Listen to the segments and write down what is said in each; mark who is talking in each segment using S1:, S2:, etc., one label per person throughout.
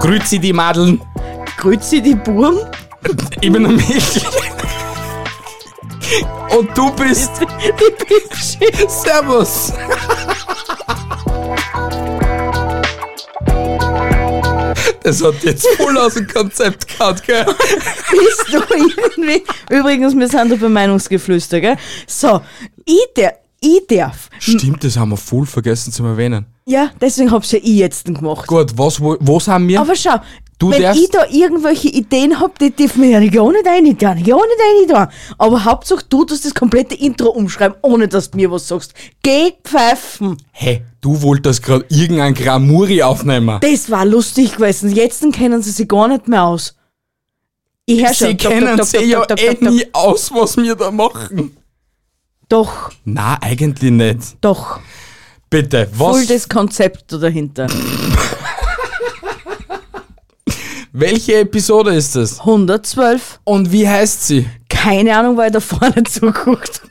S1: Grüezi die Madeln.
S2: Grüezi die Burm.
S1: Ich bin der Michi. Und du bist
S2: Die Pipschi.
S1: Servus. Das hat jetzt voll aus dem Konzept gehabt, gell?
S2: Bist du irgendwie. Übrigens, wir sind da bei Meinungsgeflüster, gell? So, ich, der, ich darf.
S1: Stimmt, das haben wir voll vergessen zu erwähnen.
S2: Ja, deswegen hab's ja ich jetzt gemacht.
S1: Gut, was, wo, was haben wir?
S2: Aber schau,
S1: Du
S2: wenn
S1: darfst-
S2: ich da irgendwelche Ideen hab, die dürfen wir ja nicht, gar nicht rein tun, ja nicht rein tun. Aber Hauptsache, du tust das komplette Intro umschreiben, ohne dass du mir was sagst. Geh pfeifen.
S1: hey, du wolltest gerade irgendein Gramuri aufnehmen.
S2: Das war lustig gewesen. Jetzt kennen sie sich gar nicht mehr aus. Ich hör schon.
S1: Sie
S2: Dock,
S1: kennen
S2: dock,
S1: sich
S2: dock,
S1: ja
S2: dock, dock,
S1: eh
S2: dock, dock.
S1: nie aus, was wir da machen.
S2: Doch,
S1: Na, eigentlich nicht.
S2: doch.
S1: Bitte,
S2: Voll
S1: was,
S2: das Konzept da dahinter.
S1: welche Episode ist das?
S2: 112.
S1: Und wie heißt sie?
S2: Keine Ahnung, weil ich da vorne zuguckt.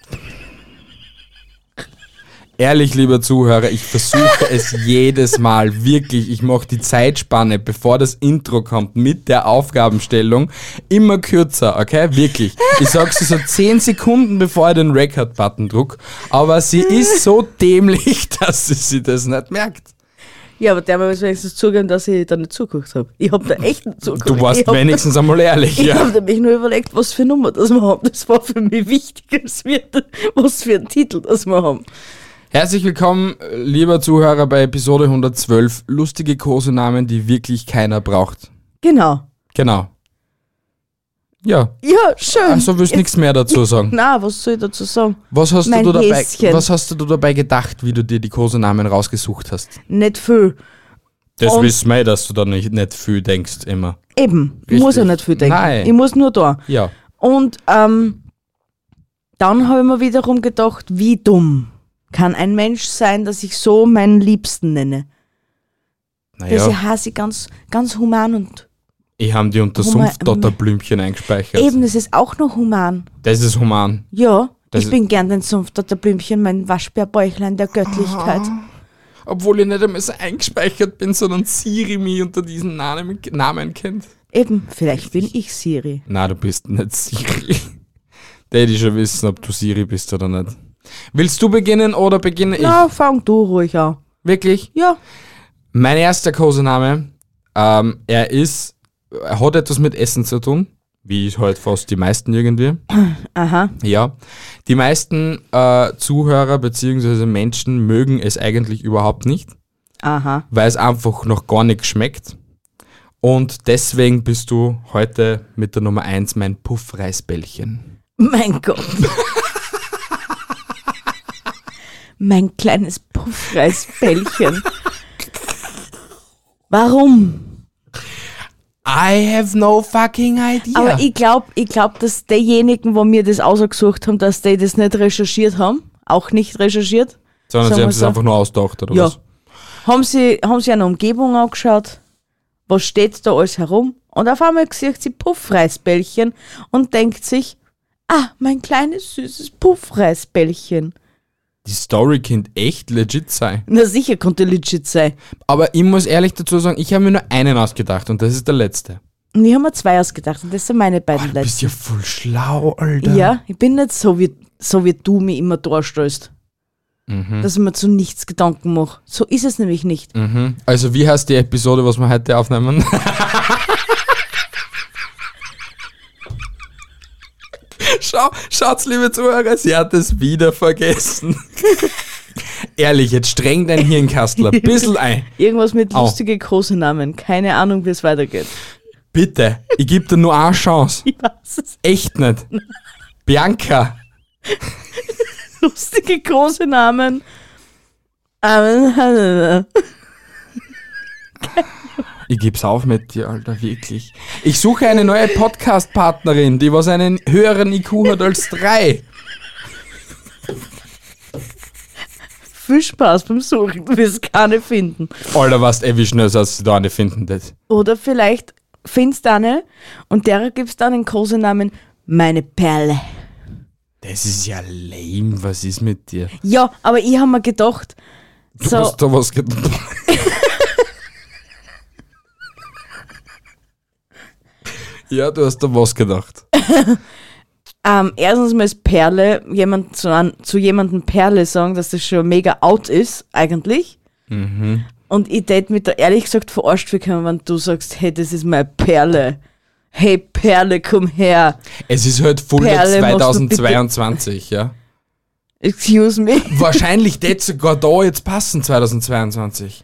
S1: Ehrlich, lieber Zuhörer, ich versuche es jedes Mal wirklich. Ich mache die Zeitspanne, bevor das Intro kommt, mit der Aufgabenstellung immer kürzer, okay? Wirklich. Ich sag's dir so 10 Sekunden, bevor ich den Record-Button drück. Aber sie ist so dämlich, dass sie, sie das nicht merkt.
S2: Ja, aber der muss wenigstens zugeben, dass ich da nicht zuguckt habe. Ich habe da echt nicht zuguckt.
S1: Du warst
S2: ich hab,
S1: wenigstens einmal ehrlich,
S2: Ich
S1: ja.
S2: habe mich nur überlegt, was für Nummer das wir haben. Das war für mich wichtig, als wir, was für einen Titel das wir haben.
S1: Herzlich willkommen, lieber Zuhörer, bei Episode 112. Lustige Kosenamen, die wirklich keiner braucht.
S2: Genau.
S1: Genau. Ja.
S2: Ja, schön.
S1: Also willst du nichts mehr dazu sagen?
S2: Na, was soll ich dazu sagen?
S1: Was hast,
S2: Ähm, Mein
S1: du dabei,
S2: Häschen.
S1: was hast du dabei gedacht, wie du dir die Kosenamen rausgesucht hast?
S2: Nicht viel.
S1: Das
S2: Und-
S1: wissen wir, dass du da nicht, nicht viel denkst immer.
S2: Eben, ich
S1: Richtig.
S2: muss ja nicht viel denken.
S1: Nein.
S2: Ich muss nur da.
S1: Ja.
S2: Und ähm, dann habe ich mir wiederum gedacht, wie dumm kann ein Mensch sein, dass ich so meinen Liebsten nenne. Das
S1: Naja,
S2: heißt, ich ganz, ganz human und
S1: ich habe die unter
S2: Hummer-
S1: Sumpfdotterblümchen eingespeichert.
S2: eben, das ist auch noch human.
S1: Das ist human.
S2: Ja,
S1: Das
S2: ich
S1: ist-
S2: bin gern den Sumpfdotterblümchen, mein Waschbärbäuchlein der Göttlichkeit.
S1: Obwohl ich nicht einmal so eingespeichert bin, sondern Siri mich unter diesen Namen, Namen kennt.
S2: Eben, vielleicht bin ich Siri.
S1: Na, du bist nicht Siri. Der hätte ich schon wissen, ob du Siri bist oder nicht. Willst du beginnen oder beginne ich?
S2: Na, fang du ruhig an.
S1: Wirklich?
S2: Ja,
S1: Mein erster Kosename, ähm, er ist, er hat etwas mit Essen zu tun, wie ich halt fast die meisten irgendwie.
S2: aha.
S1: Ja, die meisten äh, Zuhörer bzw. Menschen mögen es eigentlich überhaupt nicht,
S2: Aha.
S1: weil es einfach noch gar nicht schmeckt. Und deswegen bist du heute mit der Nummer 1 mein Puffreisbällchen.
S2: Mein Gott. mein kleines Puffreisbällchen. Warum?
S1: I have no fucking idea.
S2: Aber ich glaube, ich glaub, dass diejenigen, wo mir das ausgesucht haben, dass die das nicht recherchiert haben, auch nicht recherchiert,
S1: Sondern
S2: sagen
S1: sie
S2: wir
S1: haben es
S2: so.
S1: einfach nur ausgedacht, oder
S2: Ja.
S1: was?
S2: haben sie, haben sie eine Umgebung angeschaut, was steht da alles herum und auf einmal sieht sie Puffreisbällchen und denkt sich, ah, mein kleines süßes Puffreisbällchen.
S1: Die Story könnte echt legit sein.
S2: Na sicher konnte legit sein.
S1: Aber ich muss ehrlich dazu sagen, ich habe mir nur einen ausgedacht und das ist der letzte.
S2: Und ich habe mir zwei ausgedacht und das sind meine
S1: Oh,
S2: beiden
S1: du bist
S2: letzten.
S1: ja voll schlau, Alter.
S2: Ja, ich bin nicht so wie, so wie du mich immer darstellst. Dass ich mir zu nichts Gedanken mache. So ist es nämlich nicht.
S1: Mhm. Also wie heißt die Episode, was wir heute aufnehmen? Schau, schaut's, liebe Zuhörer, sie hat es wieder vergessen. ehrlich, jetzt streng dein Hirnkastler ein bisschen ein.
S2: Irgendwas mit
S1: Au.
S2: lustige Kosenamen. Keine Ahnung, wie es weitergeht.
S1: Bitte, ich gebe dir nur eine Chance.
S2: Ich weiß es.
S1: Echt nicht. Bianca.
S2: Lustige Kosenamen. Ähm,
S1: Ich geb's auf mit dir, Alter, wirklich. Ich suche eine neue Podcast-Partnerin, die was einen höheren IQ hat als drei.
S2: Viel Spaß beim Suchen, du wirst keine finden.
S1: Alter, was, ey, wie schnell sollst du da eine finden, das?
S2: Oder vielleicht findest du eine und derer gibst dann den großen Namen Meine Perle.
S1: Das ist ja lame, was ist mit dir?
S2: Ja, aber ich habe mir gedacht,
S1: Du
S2: so,
S1: hast da was getan. ja, du hast da was gedacht.
S2: ähm, erstens mal ist Perle, jemand zu, an, zu jemandem Perle sagen, dass das schon mega out ist, eigentlich.
S1: Mhm.
S2: Und ich tät mit da ehrlich gesagt verarscht bekommen, wenn du sagst, hey, das ist meine Perle. Hey Perle, komm her.
S1: Es ist halt Full
S2: Perle, machst du
S1: 2022, ja.
S2: Excuse me.
S1: Wahrscheinlich das sogar da jetzt passen, 2022.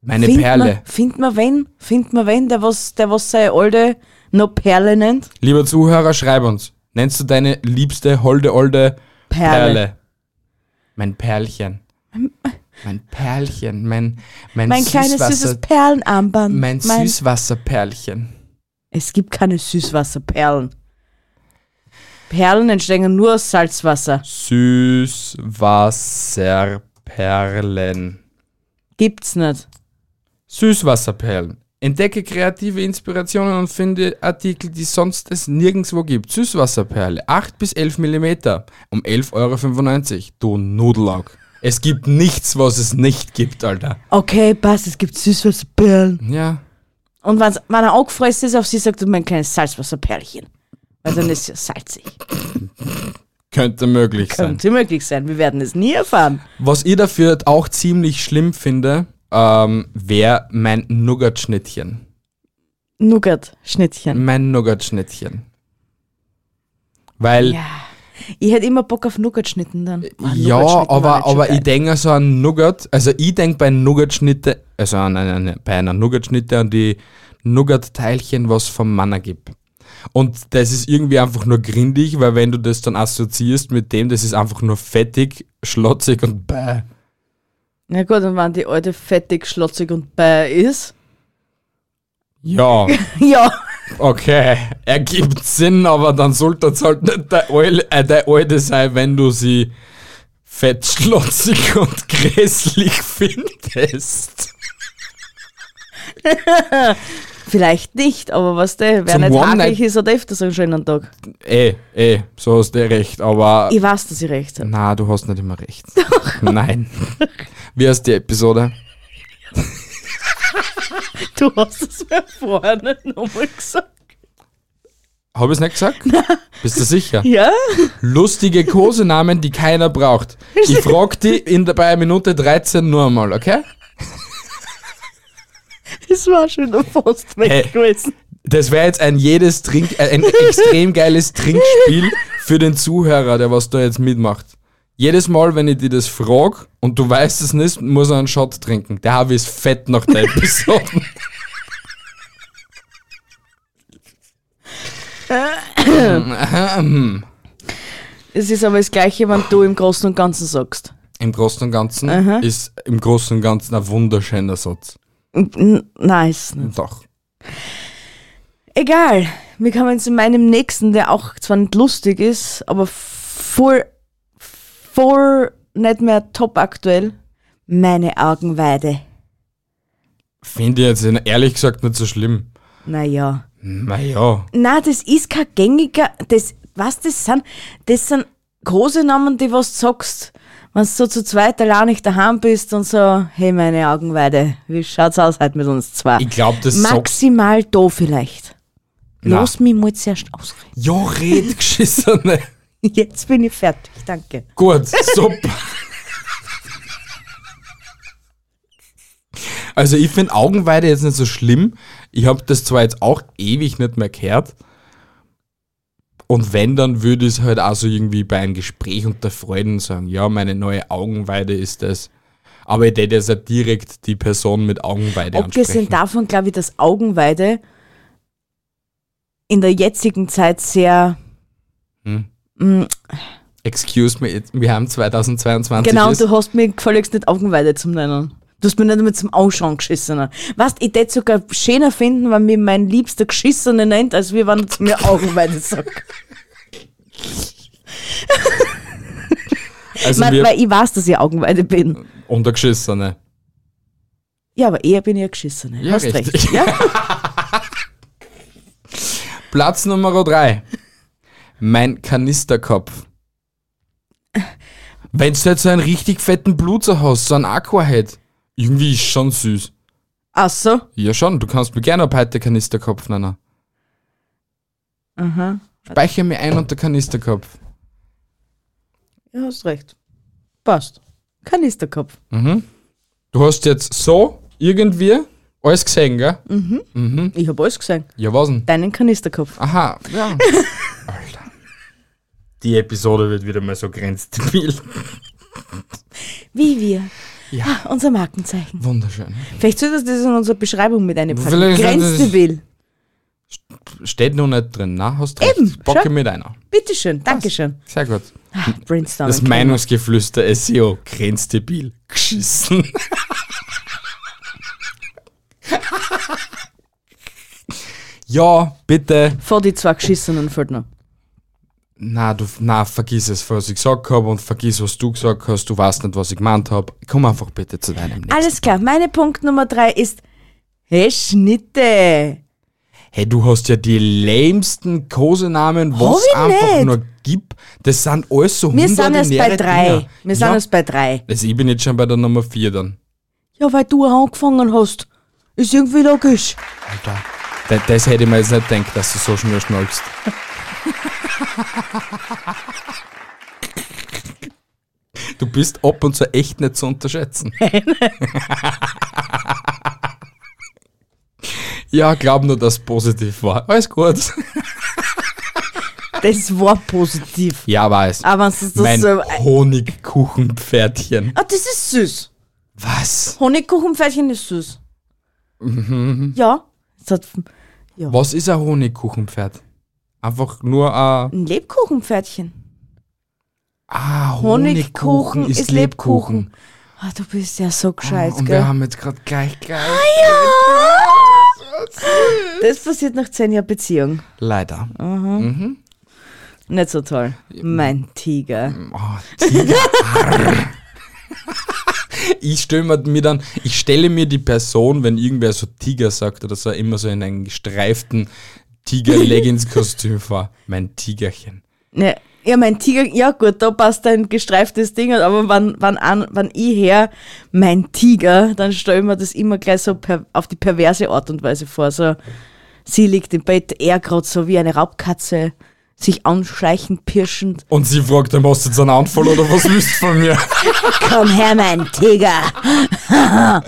S1: Meine
S2: Find
S1: Perle.
S2: Man, find man wen? Find man wen, der was, der was seine alte noch Perle nennt?
S1: Lieber Zuhörer, schreib uns. Nennst du deine liebste, holde, olde Perle?
S2: Perle.
S1: Mein Perlchen. Mein Perlchen. Mein, mein,
S2: Mein kleines
S1: Süßwasser,
S2: süßes Perlenarmband.
S1: mein Süßwasserperlchen.
S2: Es gibt keine Süßwasserperlen. Perlen entstehen nur aus Salzwasser.
S1: Süßwasserperlen.
S2: Gibt's nicht.
S1: Süßwasserperlen. Entdecke kreative Inspirationen und finde Artikel, die sonst es nirgendwo gibt. Süßwasserperle, 8 bis 11 Millimeter, um 11,95 Euro. Du Nudelaug. Es gibt nichts, was es nicht gibt, Alter.
S2: Okay, passt, es gibt Süßwasserperlen.
S1: Ja.
S2: Und wenn's, wenn er angefressen ist auf sie, sagt er mein kleines Salzwasserperlchen. Weil dann ist es salzig.
S1: Könnte möglich sein.
S2: Könnte möglich sein, wir werden es nie erfahren.
S1: Was ich dafür auch ziemlich schlimm finde, ähm, wäre mein Nougat-Schnittchen.
S2: Nougat-Schnittchen.
S1: Mein Nougat-Schnittchen. Weil, ja,
S2: Ja. Ich hätte immer Bock auf Nougat-Schnitten dann. Oh, Nougat-Schnitten waren
S1: aber,
S2: schon
S1: aber ich
S2: geil.
S1: denke so an Nougat, also ich denke bei Nougat-Schnitte, also an eine, bei einer Nougat-Schnitte an die Nougat-Teilchen, was vom Manner gibt. Und das ist irgendwie einfach nur grindig, weil wenn du das dann assoziierst mit dem, das ist einfach nur fettig, schlotzig und bäh.
S2: Na gut, und wenn die alte fettig, schlotzig und bäh ist.
S1: Ja.
S2: ja.
S1: Okay, ergibt Sinn, aber dann sollte es halt nicht der Eule, äh, der Alte sein, wenn du sie fett, schlotzig und grässlich findest.
S2: Vielleicht nicht, aber was der, wer
S1: Zum
S2: nicht
S1: One
S2: hakelig
S1: Night-
S2: ist, hat öfters einen schönen Tag.
S1: Eh, eh, so hast du recht, aber.
S2: Ich weiß, dass ich recht habe.
S1: na, du hast nicht immer recht. Nein. Wie heißt die Episode?
S2: Du hast es mir vorher nicht nochmal gesagt.
S1: Habe ich es nicht gesagt? Bist du sicher?
S2: Ja?
S1: Lustige Kosenamen, die keiner braucht. Ich frag die in der, bei Minute 13 nur einmal, okay?
S2: Es war schon fast weg
S1: Hey.
S2: gewesen.
S1: Das wäre jetzt ein jedes Trink, äh, ein extrem geiles Trinkspiel für den Zuhörer, der was da jetzt mitmacht. Jedes Mal, wenn ich dir das frag und du weißt es nicht, muss er einen Shot trinken. Der Harvey ist fett nach der Episode.
S2: Es ist aber das Gleiche, wenn du im Großen und Ganzen sagst.
S1: Im Großen und Ganzen ist im Großen und Ganzen ein wunderschöner Satz.
S2: N- Nein, ist nicht.
S1: Doch.
S2: Egal. Wir kommen zu meinem nächsten, der auch zwar nicht lustig ist, aber voll, voll nicht mehr top aktuell. Meine Augenweide.
S1: Finde ich jetzt ehrlich gesagt nicht so schlimm.
S2: Naja.
S1: Naja.
S2: Na, das ist kein gängiger, das, was das sind, das sind große Namen, die was du sagst, wenn du so zu zweit allein nicht daheim bist und so, hey meine Augenweide, wie schaut's aus heute mit uns zwei?
S1: Ich glaube, das sagt.
S2: Maximal da vielleicht.
S1: Na.
S2: Lass mich mal zuerst ausreden.
S1: Ja, red, geschissene.
S2: Jetzt bin ich fertig, danke.
S1: Gut, super. Also ich finde Augenweide jetzt nicht so schlimm. Ich habe das zwar jetzt auch ewig nicht mehr gehört. Und wenn, dann würde ich es halt auch so irgendwie bei einem Gespräch unter Freunden sagen, ja, meine neue Augenweide ist das. Aber ich hätte jetzt nicht direkt die Person mit Augenweide
S2: Abgesehen
S1: ansprechen.
S2: davon glaube ich, dass Augenweide in der jetzigen Zeit sehr,
S1: Excuse me, it- wir haben 2022.
S2: genau,
S1: ist-
S2: du hast mir gefälligst nicht Augenweide zum Nennen. Du hast mich nicht einmal zum Ausschauen geschissen. Weißt, ich tät sogar schöner finden, wenn mir mein Liebster geschissen nennt, als wir, wenn er zu mir Augenweide sagt.
S1: Also
S2: Weil,
S1: wir ne?
S2: weil ich weiß, dass ich Augenweide bin.
S1: untergeschissene.
S2: Ja, aber eher bin ich ein Geschissene.
S1: Ja,
S2: Hast
S1: richtig.
S2: recht. Ja?
S1: Platz Nummer drei. Mein Kanisterkopf. Wenn du jetzt so einen richtig fetten Blutzer hast, so einen Aquahead, irgendwie ist schon süß.
S2: Ach so.
S1: Ja schon, du kannst mir gerne ab heute Kanisterkopf nennen.
S2: Aha.
S1: Speichere mir ein unter Kanisterkopf.
S2: Ja, hast recht. Passt. Kanisterkopf.
S1: Du hast jetzt so irgendwie alles gesehen, gell? Hm?
S2: Ich habe alles gesehen.
S1: Ja, was denn?
S2: Deinen Kanisterkopf.
S1: Aha, ja. Alter. Die Episode wird wieder mal so grenzstabil.
S2: Wie wir.
S1: Ja.
S2: Ah, unser Markenzeichen.
S1: Wunderschön.
S2: Vielleicht solltest du das in unserer Beschreibung mit einpacken.
S1: Vielleicht sollte ich-
S2: Grenzdebil.
S1: Steht noch nicht drin, na? Hast recht.
S2: Eben,
S1: Bocke
S2: schau.
S1: mit einer.
S2: Bitteschön. Dankeschön.
S1: Sehr gut.
S2: Brainstorming.
S1: Das Meinungsgeflüster SEO, grenzdebil, geschissen. ja, bitte.
S2: Vor die zwei Geschissenen fällt noch.
S1: Na, du, na, vergiss es, was ich gesagt habe und vergiss, was du gesagt hast. Du weißt nicht, was ich gemeint habe. Komm einfach bitte zu deinem nächsten.
S2: Alles klar. Meine Punkt Nummer drei ist, hey Schnitte.
S1: Hey, du hast ja die lämsten Kosenamen, was
S2: ich
S1: einfach
S2: nicht.
S1: nur gibt. Das sind alles so
S2: Wir sind jetzt bei
S1: hundordinäre
S2: drei.
S1: Dinger.
S2: Wir
S1: ja,
S2: sind jetzt bei drei.
S1: also ich bin jetzt schon bei der Nummer vier dann.
S2: Ja, weil du angefangen hast. Ist irgendwie logisch.
S1: Alter. Das, das hätte ich mir jetzt nicht gedacht, dass du so schnell schnallst. Du bist ab und zu echt nicht zu unterschätzen. ja, glaub nur, dass es positiv war. Alles gut.
S2: Das war positiv.
S1: Ja, weiß.
S2: Aber es ist das
S1: mein
S2: Also so.
S1: Honigkuchenpferdchen.
S2: Ah, das ist süß.
S1: Was?
S2: Honigkuchenpferdchen ist süß.
S1: Mhm.
S2: Ja. Es hat
S1: Was ist ein Honigkuchenpferd? Einfach nur ein
S2: ein Lebkuchenpferdchen.
S1: ah,
S2: Honigkuchen ist Lebkuchen. Ah, du bist ja so gescheit,
S1: Und wir
S2: gell?
S1: haben jetzt gerade gleich gleich.
S2: Das passiert nach zehn Jahren Beziehung.
S1: Leider.
S2: Nicht so toll. Mein Tiger.
S1: Oh, Tiger. Arr. ich stelle mir, mir dann, ich stelle mir die Person, wenn irgendwer so Tiger sagt oder so, immer so in einem gestreiften Tiger-Leggings-Kostüm vor. Mein Tigerchen.
S2: Ne, ja, mein Tiger, ja gut, da passt ein gestreiftes Ding, aber wenn, wenn, an, wenn ich her, mein Tiger, dann stelle ich mir das immer gleich so per, auf die perverse Art und Weise vor. So, sie liegt im Bett, er gerade so wie eine Raubkatze, sich anschleichend, pirschend.
S1: Und sie fragt, dann machst du jetzt einen Anfall oder was willst du von mir?
S2: Komm her, mein Tiger!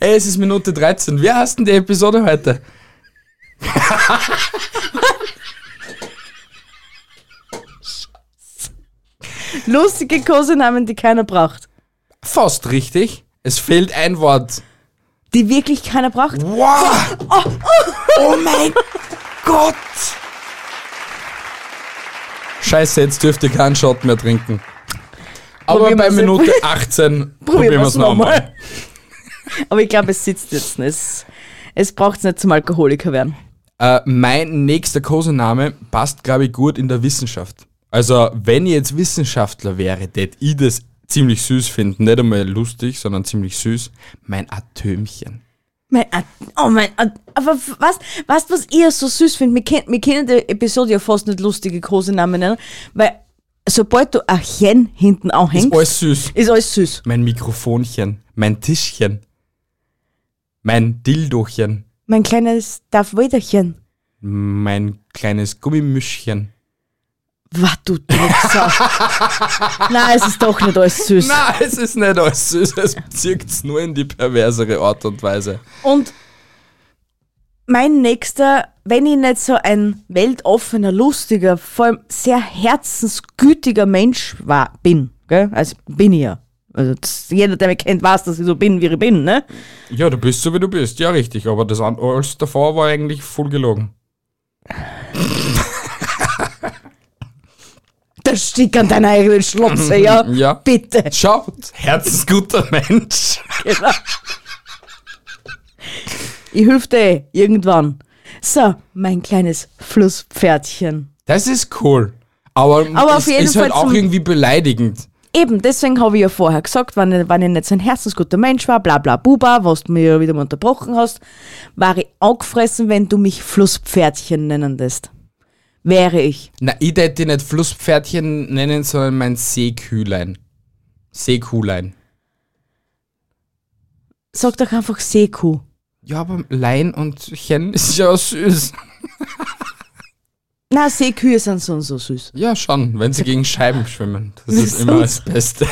S1: Ey, es ist Minute 13. Wie heißt denn die Episode heute?
S2: Lustige Kosenamen, die keiner braucht.
S1: Fast richtig. Es fehlt ein Wort.
S2: Die wirklich keiner braucht.
S1: Hm, Wow! Oh mein Gott! Scheiße, jetzt dürft ihr keinen Shot mehr trinken. Aber
S2: Probieren
S1: bei
S2: wir's-
S1: Minute 18 probieren wir es nochmal.
S2: Aber ich glaube, es sitzt jetzt nicht. Es, es braucht es nicht zum Alkoholiker werden.
S1: Äh, mein nächster Kosename passt, glaube ich, gut in der Wissenschaft. Also, wenn ich jetzt Wissenschaftler wäre, tät ich das ziemlich süß finden. Nicht einmal lustig, sondern ziemlich süß. Mein Atömchen.
S2: Mein, At- oh mein, At- aber f- was, was, was ihr so süß findet, wir, kennt, wir kennen die Episode ja fast nicht lustige Kosenamen nennen, weil sobald du Achen hinten anhängst,
S1: Ist alles süß.
S2: ist alles süß.
S1: Mein Mikrofonchen. Mein Tischchen. Mein Dildochen.
S2: Mein kleines Darth Vaderchen.
S1: Mein kleines Gummimischchen.
S2: Was du Drecksau. Nein, es ist doch nicht alles süß.
S1: Na, es ist nicht alles süß, es zirkt's nur in die perversere Art und Weise.
S2: Und mein nächster, wenn ich nicht so ein weltoffener, lustiger, vor allem sehr herzensgütiger Mensch war, bin, gell? Also bin ich ja. Also das, jeder, der mich kennt, weiß, dass ich so bin, wie ich bin, ne?
S1: Ja, du bist so wie du bist, ja richtig, aber das an- alles davor war eigentlich voll gelogen.
S2: erstick an deiner eigenen Schlotze, ja?
S1: Ja.
S2: Bitte. genau.
S1: Schaut, herzensguter Mensch.
S2: Ich helfe dir eh, irgendwann. So, mein kleines Flusspferdchen.
S1: Das ist cool. Aber,
S2: Aber
S1: es
S2: auf jeden
S1: ist halt
S2: Fall
S1: auch
S2: zum-
S1: irgendwie beleidigend.
S2: Eben, deswegen habe ich ja vorher gesagt, wenn, ich- wenn ich nicht so ein herzensguter Mensch war, bla bla buba, was du mir ja wieder mal unterbrochen hast, war ich angefressen, wenn du mich Flusspferdchen nennen lässt. Wäre ich.
S1: Na, ich hätte die nicht Flusspferdchen nennen, sondern mein Seekühlein. Seekuhlein.
S2: Sag doch einfach Seekuh.
S1: Ja, aber Lein und Chen ist ja süß.
S2: Na, Seekühe sind so und so süß.
S1: Ja, schon, wenn sie gegen Scheiben schwimmen. Das
S2: Wieso?
S1: ist immer das Beste.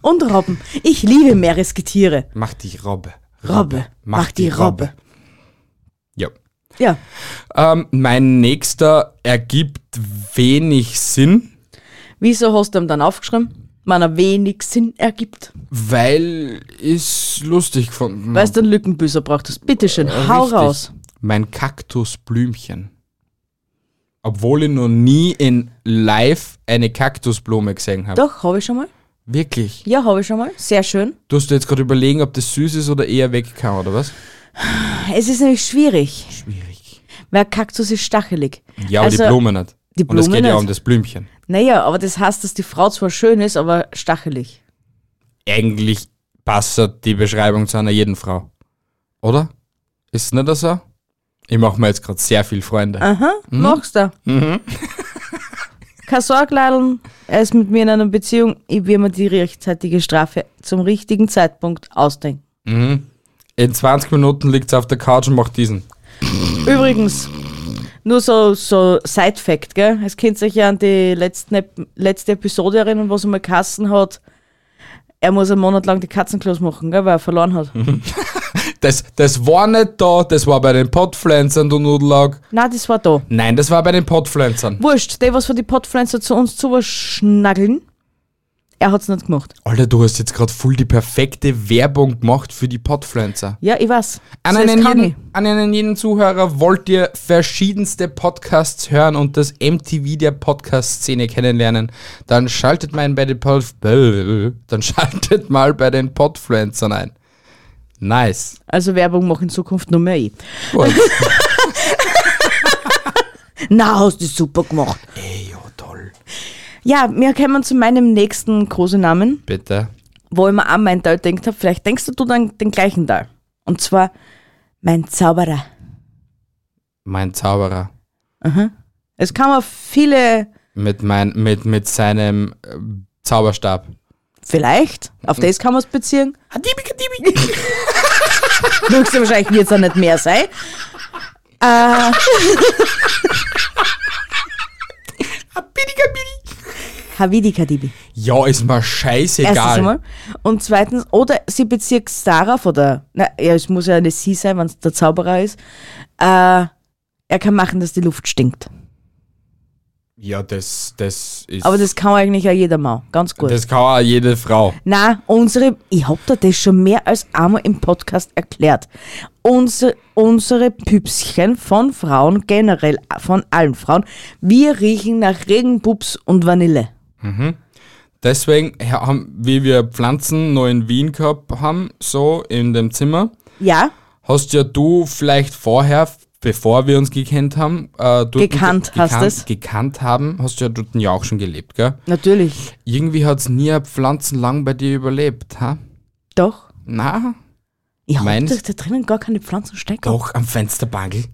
S2: Und Robben. Ich liebe Meeresgetiere.
S1: Mach die Robbe.
S2: Robbe. Mach die Robbe.
S1: Ja.
S2: Ja.
S1: Ähm, mein nächster ergibt wenig Sinn,
S2: Wieso hast du ihm dann aufgeschrieben? Wenn er wenig Sinn ergibt.
S1: weil ich's lustig gefunden hab.
S2: Weißt du, einen Lückenbüßer braucht es. Bitteschön, hau
S1: Richtig.
S2: raus.
S1: Mein Kaktusblümchen. Obwohl ich noch nie in live eine Kaktusblume gesehen habe.
S2: Doch, habe ich schon mal.
S1: Wirklich.
S2: Ja, habe ich schon mal. Sehr schön.
S1: Du hast dir jetzt gerade überlegen, ob das süß ist oder eher weg kann, oder was?
S2: Es ist nämlich schwierig,
S1: Schwierig.
S2: weil Kaktus ist stachelig.
S1: Ja, aber die Blume nicht.
S2: Also, die
S1: Und es
S2: Blume
S1: geht ja
S2: nicht.
S1: um das Blümchen.
S2: Naja, aber das heißt, dass die Frau zwar schön ist, aber stachelig.
S1: Eigentlich passt die Beschreibung zu einer jeden Frau. Oder? Ist es nicht so? Ich mache mir jetzt gerade sehr viel Freunde.
S2: Aha, machst du. Mhm. Keine Sorge, Leideln. Er ist mit mir in einer Beziehung. Ich will mir die rechtzeitige Strafe zum richtigen Zeitpunkt ausdenken.
S1: In 20 Minuten liegt sie auf der Couch und macht diesen.
S2: Übrigens, nur so, so Side-Fact, gell? Es könnt sich ja an die letzten, Ep- letzte Episode erinnern, wo es einmal Kassen hat. Er muss einen Monat lang die Katzenklos machen, gell, weil er verloren hat.
S1: Mhm. Das, das war nicht da, das war bei den Potpflanzern, du Nudelag.
S2: Nein, das war da.
S1: Nein, das war bei den Potpflanzern.
S2: Wurscht, der, was von die Podpflanzer zu uns zuschnaggeln, er hat's nicht gemacht.
S1: Alter, du hast jetzt gerade voll die perfekte Werbung gemacht für die Potpflanzer.
S2: Ja, ich weiß.
S1: An
S2: das
S1: einen,
S2: kann
S1: jeden, an einen jeden Zuhörer wollt ihr verschiedenste Podcasts hören und das MTV der Podcast-Szene kennenlernen, dann schaltet mal bei den Pod dann schaltet mal bei den Podfluencern ein. Nice.
S2: ich. Also Werbung mache in Zukunft nur mehr ich.
S1: Gut.
S2: Na, hast du super gemacht.
S1: Ey, ja, toll.
S2: Ja, wir kommen zu meinem nächsten großen Namen,
S1: Bitte.
S2: wo ich mir auch meinen Teil denkt habe. Vielleicht denkst du dann den gleichen Teil. Und zwar mein Zauberer.
S1: Mein Zauberer.
S2: Es kann man viele,
S1: Mit, mein, mit, mit seinem äh, Zauberstab.
S2: vielleicht, auf das kann man es beziehen. Höchstwahrscheinlich wird es ja nicht mehr sein. Äh, Havidikadibi.
S1: Ja, ist mir
S2: Erstens
S1: scheißegal.
S2: einmal. Und zweitens, oder sie bezieht es darauf, oder, na, ja, es muss ja eine Sie sein, wenn es der Zauberer ist, äh, er kann machen, dass die Luft stinkt.
S1: ja, das, das ist.
S2: Aber das kann eigentlich auch jeder mal. Ganz gut.
S1: das kann auch jede Frau.
S2: Na, unsere, ich hab dir das schon mehr als einmal im Podcast erklärt. Unsere, unsere Püpschen von Frauen, generell von allen Frauen, wir riechen nach Regenpups und Vanille.
S1: Deswegen haben, wie wir Pflanzen noch in Wien gehabt haben, so in dem Zimmer,
S2: Ja,
S1: hast ja du vielleicht vorher, bevor wir uns gekannt haben, äh, dort-
S2: Gekannt hast es.
S1: gekannt haben, hast du ja dort ja auch schon gelebt, gell?
S2: natürlich.
S1: Irgendwie hat's nie eine Pflanzen lang bei dir überlebt, ha?
S2: Doch.
S1: Na,
S2: Ich hab
S1: Meins-
S2: doch da drinnen gar keine Pflanzen stecken.
S1: doch am Fensterbankel.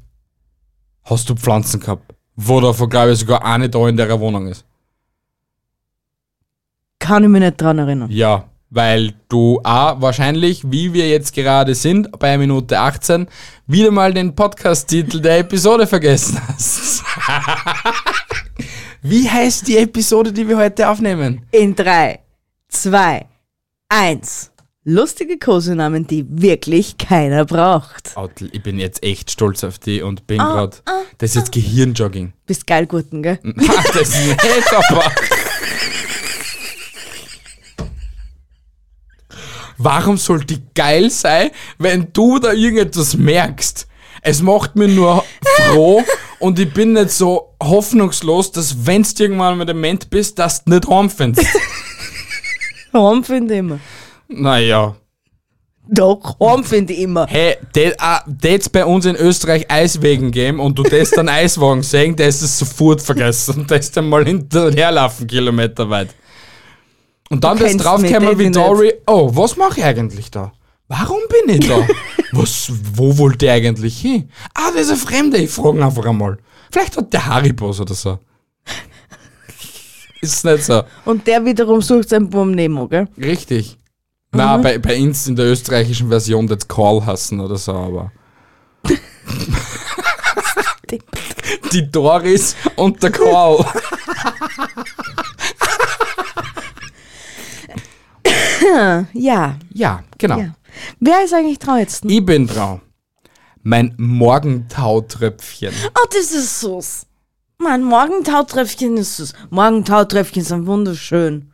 S1: Hast du Pflanzen gehabt? Wo davon glaube ich sogar eine da in der Wohnung ist.
S2: Kann ich mich nicht dran erinnern.
S1: Ja, weil du A, wahrscheinlich, wie wir jetzt gerade sind, bei Minute 18, wieder mal den Podcast-Titel der Episode vergessen hast. wie heißt die Episode, die wir heute aufnehmen?
S2: In drei, zwei, eins. Lustige Kosenamen, die wirklich keiner braucht.
S1: Autl, ich bin jetzt echt stolz auf die und bin grad. Das ist jetzt Gehirnjogging.
S2: Bist geil, Gurten, gell?
S1: Ha, das ist nicht, aber. Warum soll die geil sein, wenn du da irgendetwas merkst? Es macht mich nur froh Und ich bin nicht so hoffnungslos, dass wenn du irgendwann mal dement bist, dass du nicht heimfindest.
S2: Horn finde ich immer.
S1: naja.
S2: Doch, Horn finde ich immer.
S1: Hey, das ah, bei uns in Österreich Eiswegen geben und du das dann Eiswagen sehen, der ist es sofort vergessen und der ist dann mal hinterherlaufen, Kilometer weit. Und dann
S2: Du
S1: das
S2: kennst
S1: draufkämmer
S2: mich
S1: wie
S2: definitiv.
S1: Dory, oh, was mache ich eigentlich da? Warum bin ich da? was, wo wollte ich eigentlich hin? Ah, das ist ein Fremder, ich frage ihn einfach einmal. Vielleicht hat der Haribos oder so. ist nicht so.
S2: Und der wiederum sucht seinen Bum Nemo, gell?
S1: Richtig. Na, bei, bei uns in der österreichischen Version das Call hassen oder so, aber. Die Doris und der Call.
S2: Ja.
S1: Ja, genau.
S2: ja. Wer ist eigentlich trauersten?
S1: Ich bin dran. Mein Morgentautröpfchen.
S2: Oh, das ist süß. Mein Morgentautröpfchen ist süß. Morgentautröpfchen sind wunderschön.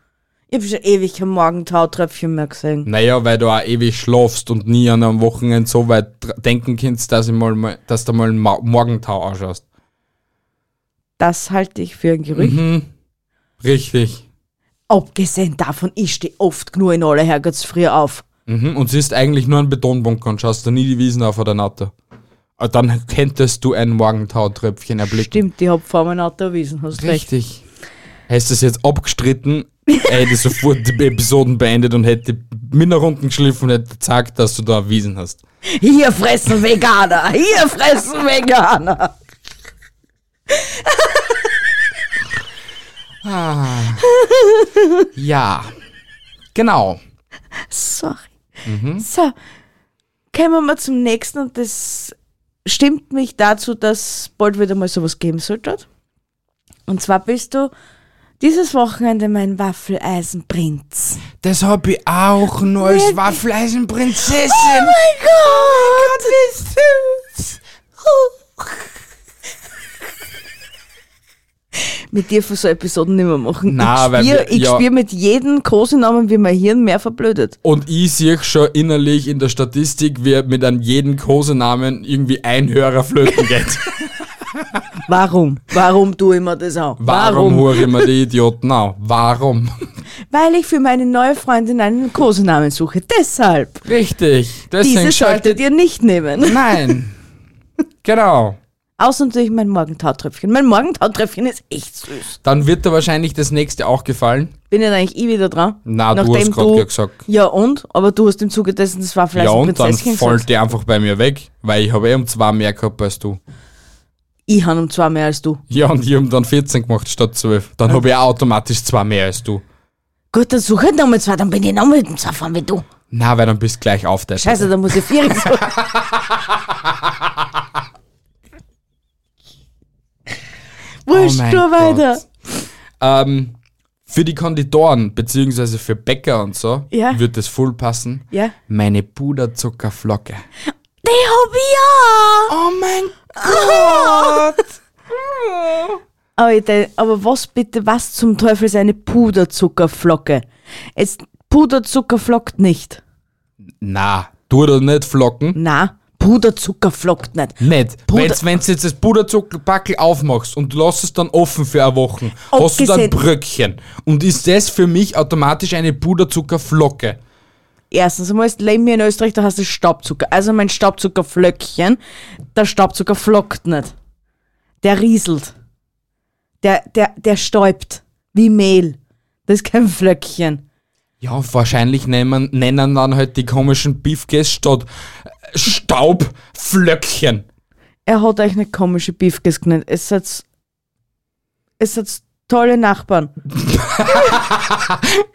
S2: Ich habe schon ewig kein Morgentautröpfchen mehr gesehen.
S1: Naja, weil du auch ewig schlafst und nie an einem Wochenende so weit dr- denken kannst, dass, ich mal, mal- dass du mal einen Ma Morgentau ausschaust.
S2: Das halte ich für ein Gerücht.
S1: Richtig.
S2: Abgesehen davon, ich stehe oft genug in aller Herrgottsfrüh auf.
S1: Mhm. Und siehst eigentlich nur einen Betonbunker und schaust da nie die Wiesen auf oder Natter. Ah, Dann könntest du ein Morgentautröpfchen erblicken.
S2: Stimmt, ich habe vor meinem Auto erwiesen, hast recht.
S1: Richtig. Hättest du es jetzt abgestritten, hätte ich sofort die Episoden beendet und hätte minder Runden geschliffen und hätte gezeigt, dass du da erwiesen hast.
S2: Hier fressen Veganer, hier fressen Veganer.
S1: Ja. Genau.
S2: Sorry.
S1: Mhm.
S2: So, kommen wir mal zum nächsten und das stimmt mich dazu, dass bald wieder mal sowas geben sollte. Und zwar bist du dieses Wochenende mein Waffeleisenprinz.
S1: Das hab ich auch nur als Waffleisenprinzessin.
S2: Oh mein Gott, ist süß. Oh. Mit dir für so Episoden nicht mehr machen.
S1: Na, weil
S2: ich
S1: wir-
S2: spür, ich
S1: ja.
S2: spür mit jedem Kosenamen, wie mein Hirn mehr verblödet.
S1: Und ich sehe schon innerlich in der Statistik, wie mit einem jeden Kosenamen irgendwie ein Hörer flöten geht.
S2: Warum? Warum tue ich mir das an?
S1: Warum höre ich mir die Idioten an? Warum?
S2: Weil ich für meine neue Freundin einen Kosenamen suche. Deshalb.
S1: Richtig. Deswegen
S2: Diese
S1: schaltet.
S2: solltet ihr nicht nehmen.
S1: Nein. genau.
S2: Außer natürlich mein Morgentautröpfchen. Mein Morgentautröpfchen ist echt süß.
S1: Dann wird dir wahrscheinlich das nächste auch gefallen.
S2: Bin ja eigentlich ich wieder dran.
S1: Na, du hast
S2: Nachdem
S1: grad ja gesagt.
S2: Ja und? Aber du hast im Zuge dessen das Waffeleisen
S1: Ja, und dann
S2: Prinzesschen
S1: fällt
S2: gesagt.
S1: die einfach bei mir weg, weil ich habe eh um zwei mehr gehabt als du.
S2: Ich habe um zwei mehr als du.
S1: Ja, und ich habe dann 14 gemacht statt 12. Dann habe ich auch automatisch zwei mehr als du.
S2: Gut, dann suche ich nochmal zwei, dann bin ich nochmal mit zwei fahren wie du.
S1: Na, weil dann bist du gleich auf der
S2: Scheiße, dann muss ich vier suchen. Wurscht,
S1: Oh mein
S2: du weiter.
S1: Gott. Ähm, für die Konditoren, beziehungsweise für Bäcker und so,
S2: Ja.
S1: wird das voll passen.
S2: Ja.
S1: Meine Puderzuckerflocke.
S2: Die hab ich ja.
S1: Oh mein Gott!
S2: Aber, ich denk, aber was bitte, was zum Teufel ist eine Puderzuckerflocke? Es Puderzucker flockt nicht.
S1: Na, tu doch nicht flocken.
S2: Na, Puderzucker flockt nicht.
S1: Nicht.
S2: Puder-
S1: Wenn du jetzt das Puderzuckerpackel aufmachst und lässt es dann offen für eine Woche, hast du dann
S2: Abgesehen-
S1: Bröckchen. Und ist das für mich automatisch eine Puderzuckerflocke?
S2: Erstens einmal ist Leben hier in Österreich, da hast du Staubzucker. Also mein Staubzuckerflöckchen, der Staubzucker flockt nicht. Der rieselt. Der, der, der stäubt. Wie Mehl. Das ist kein Flöckchen.
S1: Ja, wahrscheinlich nennen, nennen dann halt die komischen Beefcakes statt äh, Staubflöckchen.
S2: Er hat euch eine komische Beefkes genannt. Es hat, es hat tolle Nachbarn.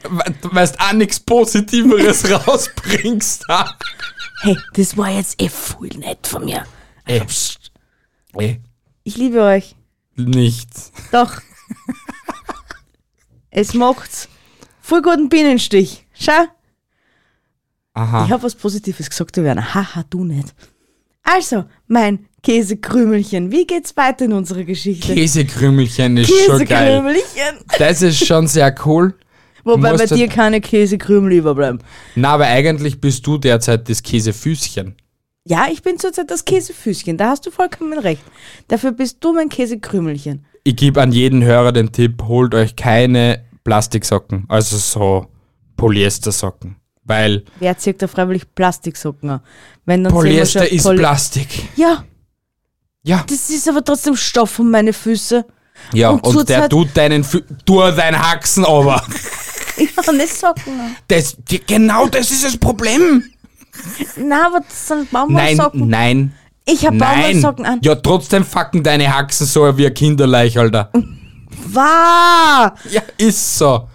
S1: We- Du weißt auch nichts Positiveres rausbringst. Ah. ha?
S2: Hey, das war jetzt eh voll nett von mir.
S1: Ey, ey,
S2: Ich liebe euch.
S1: Äh. nichts.
S2: Doch. es macht's. Voll guten Bienenstich. Schau.
S1: Aha.
S2: Ich habe was Positives gesagt, du Werner. Haha, du nicht. Also, mein Käsekrümelchen. Wie geht's weiter in unserer Geschichte?
S1: Käsekrümelchen ist schon geil.
S2: Käsekrümelchen.
S1: Das ist schon sehr cool.
S2: Wobei bei
S1: Musst du-
S2: dir keine Käsekrümel überbleiben.
S1: Na, aber eigentlich bist du derzeit das Käsefüßchen.
S2: Ja, ich bin zurzeit das Käsefüßchen, da hast du vollkommen recht. Dafür bist du mein Käsekrümelchen.
S1: Ich gebe an jeden Hörer den Tipp, holt euch keine Plastiksocken, also so Polyestersocken. Weil
S2: Wer zieht da freiwillig Plastiksocken an? Wenn dann sehen wir schon
S1: Polyester ist
S2: Poly-
S1: Plastik.
S2: Ja,
S1: Ja,
S2: das ist aber trotzdem Stoff um meine Füße.
S1: ja.
S2: und
S1: Und, der
S2: zurzeit-
S1: tut deinen, Fü- durch dein Haxen aber.
S2: Ich mache nicht Socken an.
S1: Das, genau das ist das Problem.
S2: Nein, aber das sind
S1: Nein,
S2: Baumwollsocken.
S1: nein,
S2: Ich habe
S1: nein.
S2: Baumwollsocken an.
S1: Ja, trotzdem fucken deine Haxen so wie ein Kinderleich, Alter.
S2: Wahr!
S1: Ja, ist so.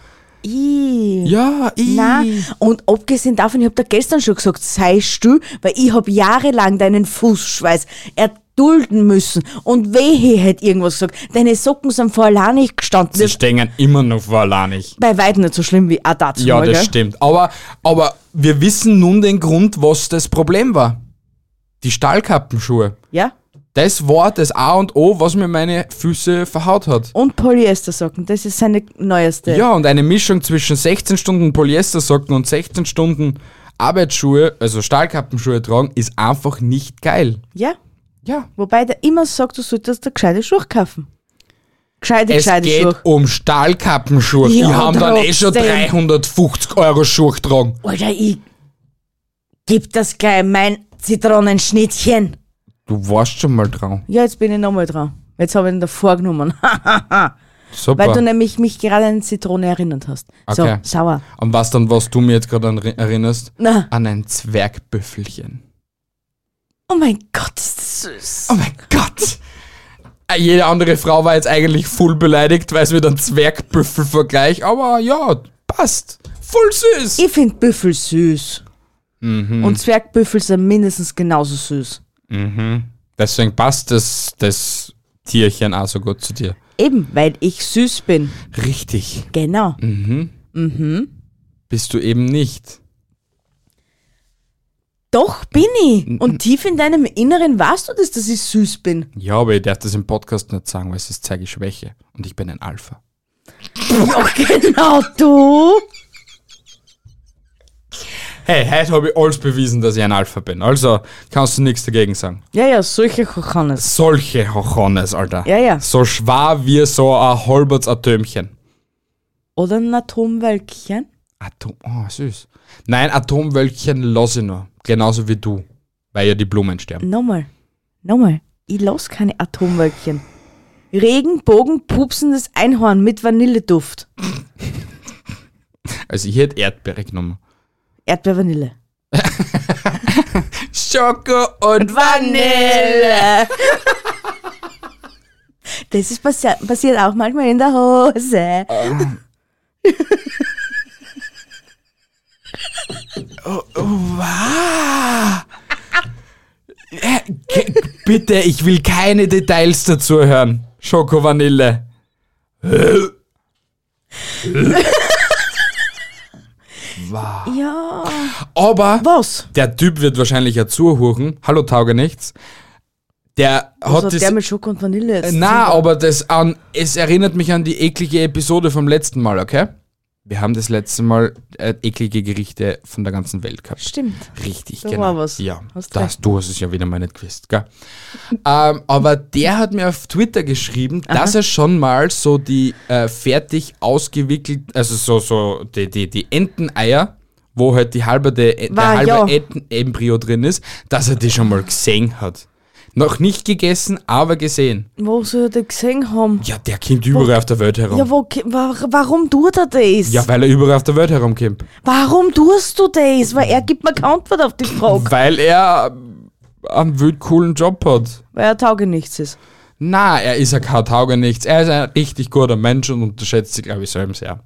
S2: Ih.
S1: Ja, ich.
S2: Na, und abgesehen davon, ich habe da gestern schon gesagt, sei still, weil ich habe jahrelang deinen Fußschweiß erdulden müssen. Und wehe hätte irgendwas gesagt. Deine Socken sind vor allein nicht gestanden.
S1: Sie
S2: Das ist
S1: stehen immer noch vor alleinig.
S2: bei weitem nicht so schlimm wie auch dazu.
S1: Ja,
S2: mal,
S1: das
S2: gell?
S1: stimmt. Aber, aber wir wissen nun den Grund, was das Problem war. Die Stahlkappenschuhe.
S2: Ja.
S1: Das war das A und O, was mir meine Füße verhaut hat.
S2: Und Polyestersocken, das ist seine neueste.
S1: Ja, und eine Mischung zwischen 16 Stunden Polyestersocken und 16 Stunden Arbeitsschuhe, also Stahlkappenschuhe tragen, ist einfach nicht geil.
S2: ja?
S1: Ja.
S2: Wobei der immer sagt, du solltest da gescheite Schuhe kaufen. Gescheite,
S1: Es
S2: gescheite
S1: geht
S2: Schuhe.
S1: um Stahlkappenschuhe.
S2: Ja,
S1: die haben dann eh schon
S2: trotzdem.
S1: 350 Euro Schuhe getragen.
S2: Alter, ich gib das gleich mein Zitronenschnittchen.
S1: Du warst schon mal dran.
S2: Ja, jetzt bin ich nochmal dran. Jetzt habe ich ihn davor genommen.
S1: Super.
S2: Weil du ne- nämlich mich gerade an Zitrone erinnert hast.
S1: Okay.
S2: So, sauer.
S1: An was dann, was du mir jetzt gerade an- erinnerst?
S2: Na.
S1: An ein Zwergbüffelchen.
S2: Oh mein Gott, ist das süß.
S1: Oh mein Gott! Äh, Jede andere Frau war jetzt eigentlich full beleidigt, weil es mit einem Zwergbüffel vergleich, aber ja, passt. Voll süß!
S2: Ich finde Büffel süß. Und Zwergbüffel sind mindestens genauso süß.
S1: Deswegen passt das, das Tierchen auch so gut zu dir.
S2: Eben, weil ich süß bin.
S1: Richtig.
S2: Genau.
S1: Bist du eben nicht.
S2: Doch bin ich. Und tief in deinem Inneren weißt du das, dass ich süß bin.
S1: Ja, aber ich darf das im Podcast nicht sagen, weil es ist zeige ich Schwäche. Und ich bin ein Alpha.
S2: Ja, genau du.
S1: Hey, heute habe ich alles bewiesen, dass ich ein Alpha bin. Also kannst du nichts dagegen sagen.
S2: Ja, ja, solche kann es.
S1: Solche Hochones, Alter.
S2: Ja, ja.
S1: So schwer wie so ein Holberts-Atömchen.
S2: Oder ein Atomwölkchen.
S1: Atom, oh, süß. Nein, Atomwölkchen lass ich noch. Genauso wie du. Weil ja die Blumen sterben.
S2: Nochmal. Nochmal. Ich lass keine Atomwölkchen. Regenbogen pupsendes Einhorn mit Vanilleduft.
S1: Also ich hätte Erdbeere genommen.
S2: Erdbeer-Vanille.
S1: Schoko und
S2: Vanille! Das ist passi passiert auch manchmal in der Hose.
S1: Ke- Bitte, ich will keine Details dazu hören. Schoko Vanille.
S2: Ja.
S1: Aber
S2: Was?
S1: der Typ wird wahrscheinlich ja zuhören. Hallo Taugenichts. Der
S2: Was
S1: hat das.
S2: hat Also
S1: Äh,
S2: der mit Schoko und Vanille jetzt?
S1: Na, aber das an, es erinnert mich an die eklige Episode vom letzten Mal, okay? Wir haben das letzte Mal äh, eklige Gerichte von der ganzen Welt gehabt.
S2: Stimmt.
S1: Richtig,
S2: Da
S1: genau.
S2: war was.
S1: Ja,
S2: Hast
S1: das, du hast es ja wieder mal nicht gewusst, gell? ähm, aber der hat mir auf Twitter geschrieben, dass er schon mal so die äh, fertig ausgewickelt, also so, so die, die, die Enteneier, wo halt die halbe, der, der
S2: War,
S1: halbe
S2: ja.
S1: Entenembryo drin ist, dass er die schon mal gesehen hat. Noch nicht gegessen, aber gesehen.
S2: Wo soll der gesehen haben?
S1: Ja, der kommt überall auf der Welt herum.
S2: Ja, wo, ki- wa warum tut er das?
S1: Ja, weil er überall auf der Welt herumkommt.
S2: Warum tust du das? Weil er gibt mir keine Antwort auf die Frage.
S1: Weil er ähm, einen wild coolen Job hat.
S2: Weil er tauge nichts ist.
S1: Na, er ist ja kein Taugenichts. Er ist ein richtig guter Mensch und unterschätzt sich, glaube ich, selbst sehr.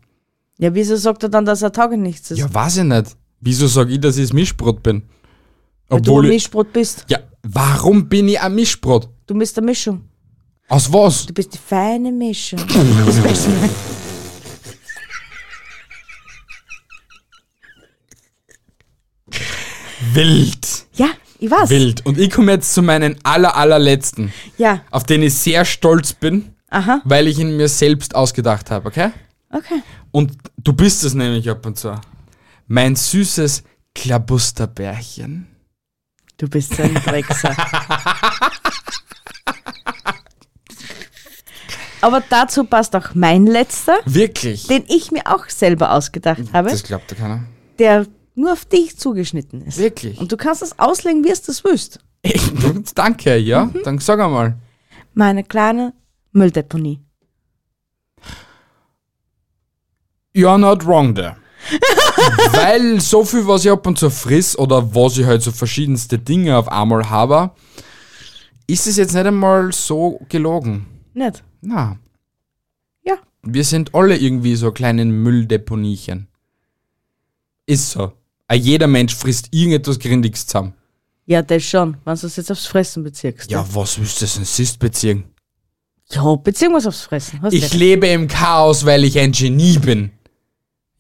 S2: Ja, wieso sagt er dann, dass er tauge nichts ist?
S1: Ja, weiß ich nicht. Wieso sage ich, dass ich das Mischbrot bin?
S2: Weil du
S1: Obwohl
S2: ein
S1: ich,
S2: Mischbrot bist.
S1: Ja, warum bin ich ein Mischbrot?
S2: Du bist eine Mischung.
S1: Aus was?
S2: Du bist die feine Mischung.
S1: Wild.
S2: ja, ich weiß.
S1: Wild. Und ich komme jetzt zu meinen aller, allerletzten,
S2: Ja,
S1: auf den ich sehr stolz bin,
S2: aha.
S1: weil ich ihn mir selbst ausgedacht habe, okay?
S2: Okay.
S1: Und du bist es nämlich ab und zu. Mein süßes Klabusterbärchen.
S2: Du bist so ein Drecksack. Aber dazu passt auch mein letzter,
S1: Wirklich?
S2: den ich mir auch selber ausgedacht habe,
S1: Das glaubt ja keiner.
S2: der nur auf dich zugeschnitten ist.
S1: Wirklich?
S2: Und du kannst das auslegen, wie es das willst.
S1: Danke, ja? Dann sag einmal.
S2: Meine kleine Mülldeponie.
S1: You're not wrong there. Weil so viel, was ich ab und zu friss oder was ich halt so verschiedenste Dinge auf einmal habe, ist es jetzt nicht einmal so gelogen.
S2: Nicht?
S1: Na,
S2: Ja.
S1: wir sind alle irgendwie so kleinen Mülldeponiechen. Ist so. Ein Jeder Mensch frisst irgendetwas Grindiges zusammen.
S2: Ja, das schon, wenn du es jetzt aufs Fressen beziehst.
S1: Ja, was willst du denn sonst beziehen?
S2: Ja, beziehungsweise aufs Fressen. Hast
S1: Ich
S2: du?
S1: lebe im Chaos, weil ich ein Genie bin.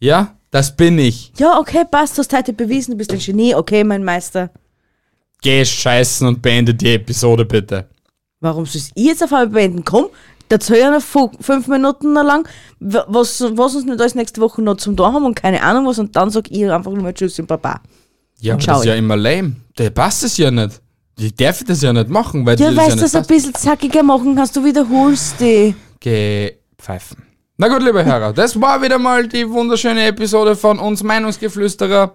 S1: Ja, das bin ich.
S2: Ja, okay, passt, du hast heute bewiesen, du bist ein Genie. Okay, mein Meister.
S1: Geh scheißen und beende die Episode bitte.
S2: Warum soll ich jetzt auf einmal beenden? Komm, dazu ja noch fu- fünf Minuten noch lang, w- was, was uns nicht alles nächste Woche noch zum Tag haben und keine Ahnung was und dann sag ich einfach nur mal Tschüss und Baba.
S1: Ja,
S2: Und
S1: aber
S2: schau
S1: das ist ja
S2: ich.
S1: immer lame. Der passt es ja nicht. Die darf das ja nicht machen, weil
S2: Ja,
S1: die
S2: weißt du,
S1: das
S2: das
S1: ja
S2: ein
S1: nicht passt.
S2: bisschen zackiger machen kannst, du wiederholst die.
S1: Gepfeifen. Na gut, liebe Hörer, das war wieder mal die wunderschöne Episode von uns Meinungsgeflüsterer,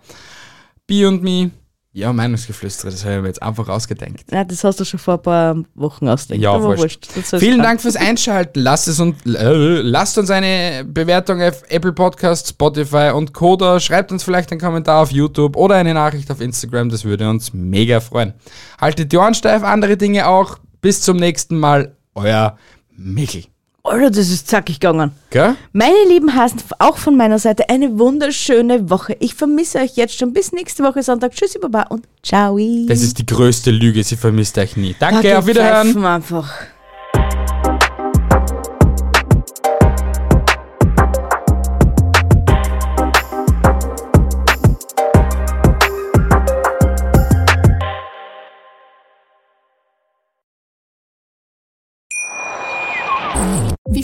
S1: Bi und Me. Ja, Meinungsgeflüsterer, das habe ich mir jetzt einfach ausgedenkt.
S2: Nein, das hast du schon vor ein paar Wochen ausgedacht.
S1: Ja,
S2: aber
S1: wurscht.
S2: Das soll's
S1: Vielen
S2: sein.
S1: Dank fürs Einschalten. Lasst, es und, äh, lasst uns eine Bewertung auf Apple Podcasts, Spotify und Coda. Schreibt uns vielleicht einen Kommentar auf YouTube oder eine Nachricht auf Instagram. Das würde uns mega freuen. Haltet die Ohren steif, andere Dinge auch. Bis zum nächsten Mal. Euer Michel.
S2: Alter, das ist zackig gegangen.
S1: Gell?
S2: Meine lieben Hasen, auch von meiner Seite eine wunderschöne Woche. Ich vermisse euch jetzt schon. Bis nächste Woche Sonntag. Tschüssi, Baba und ciao.
S1: Das ist die größte Lüge. Sie vermisst euch nie. Danke, auf Wiederhören.
S2: einfach.
S3: Wie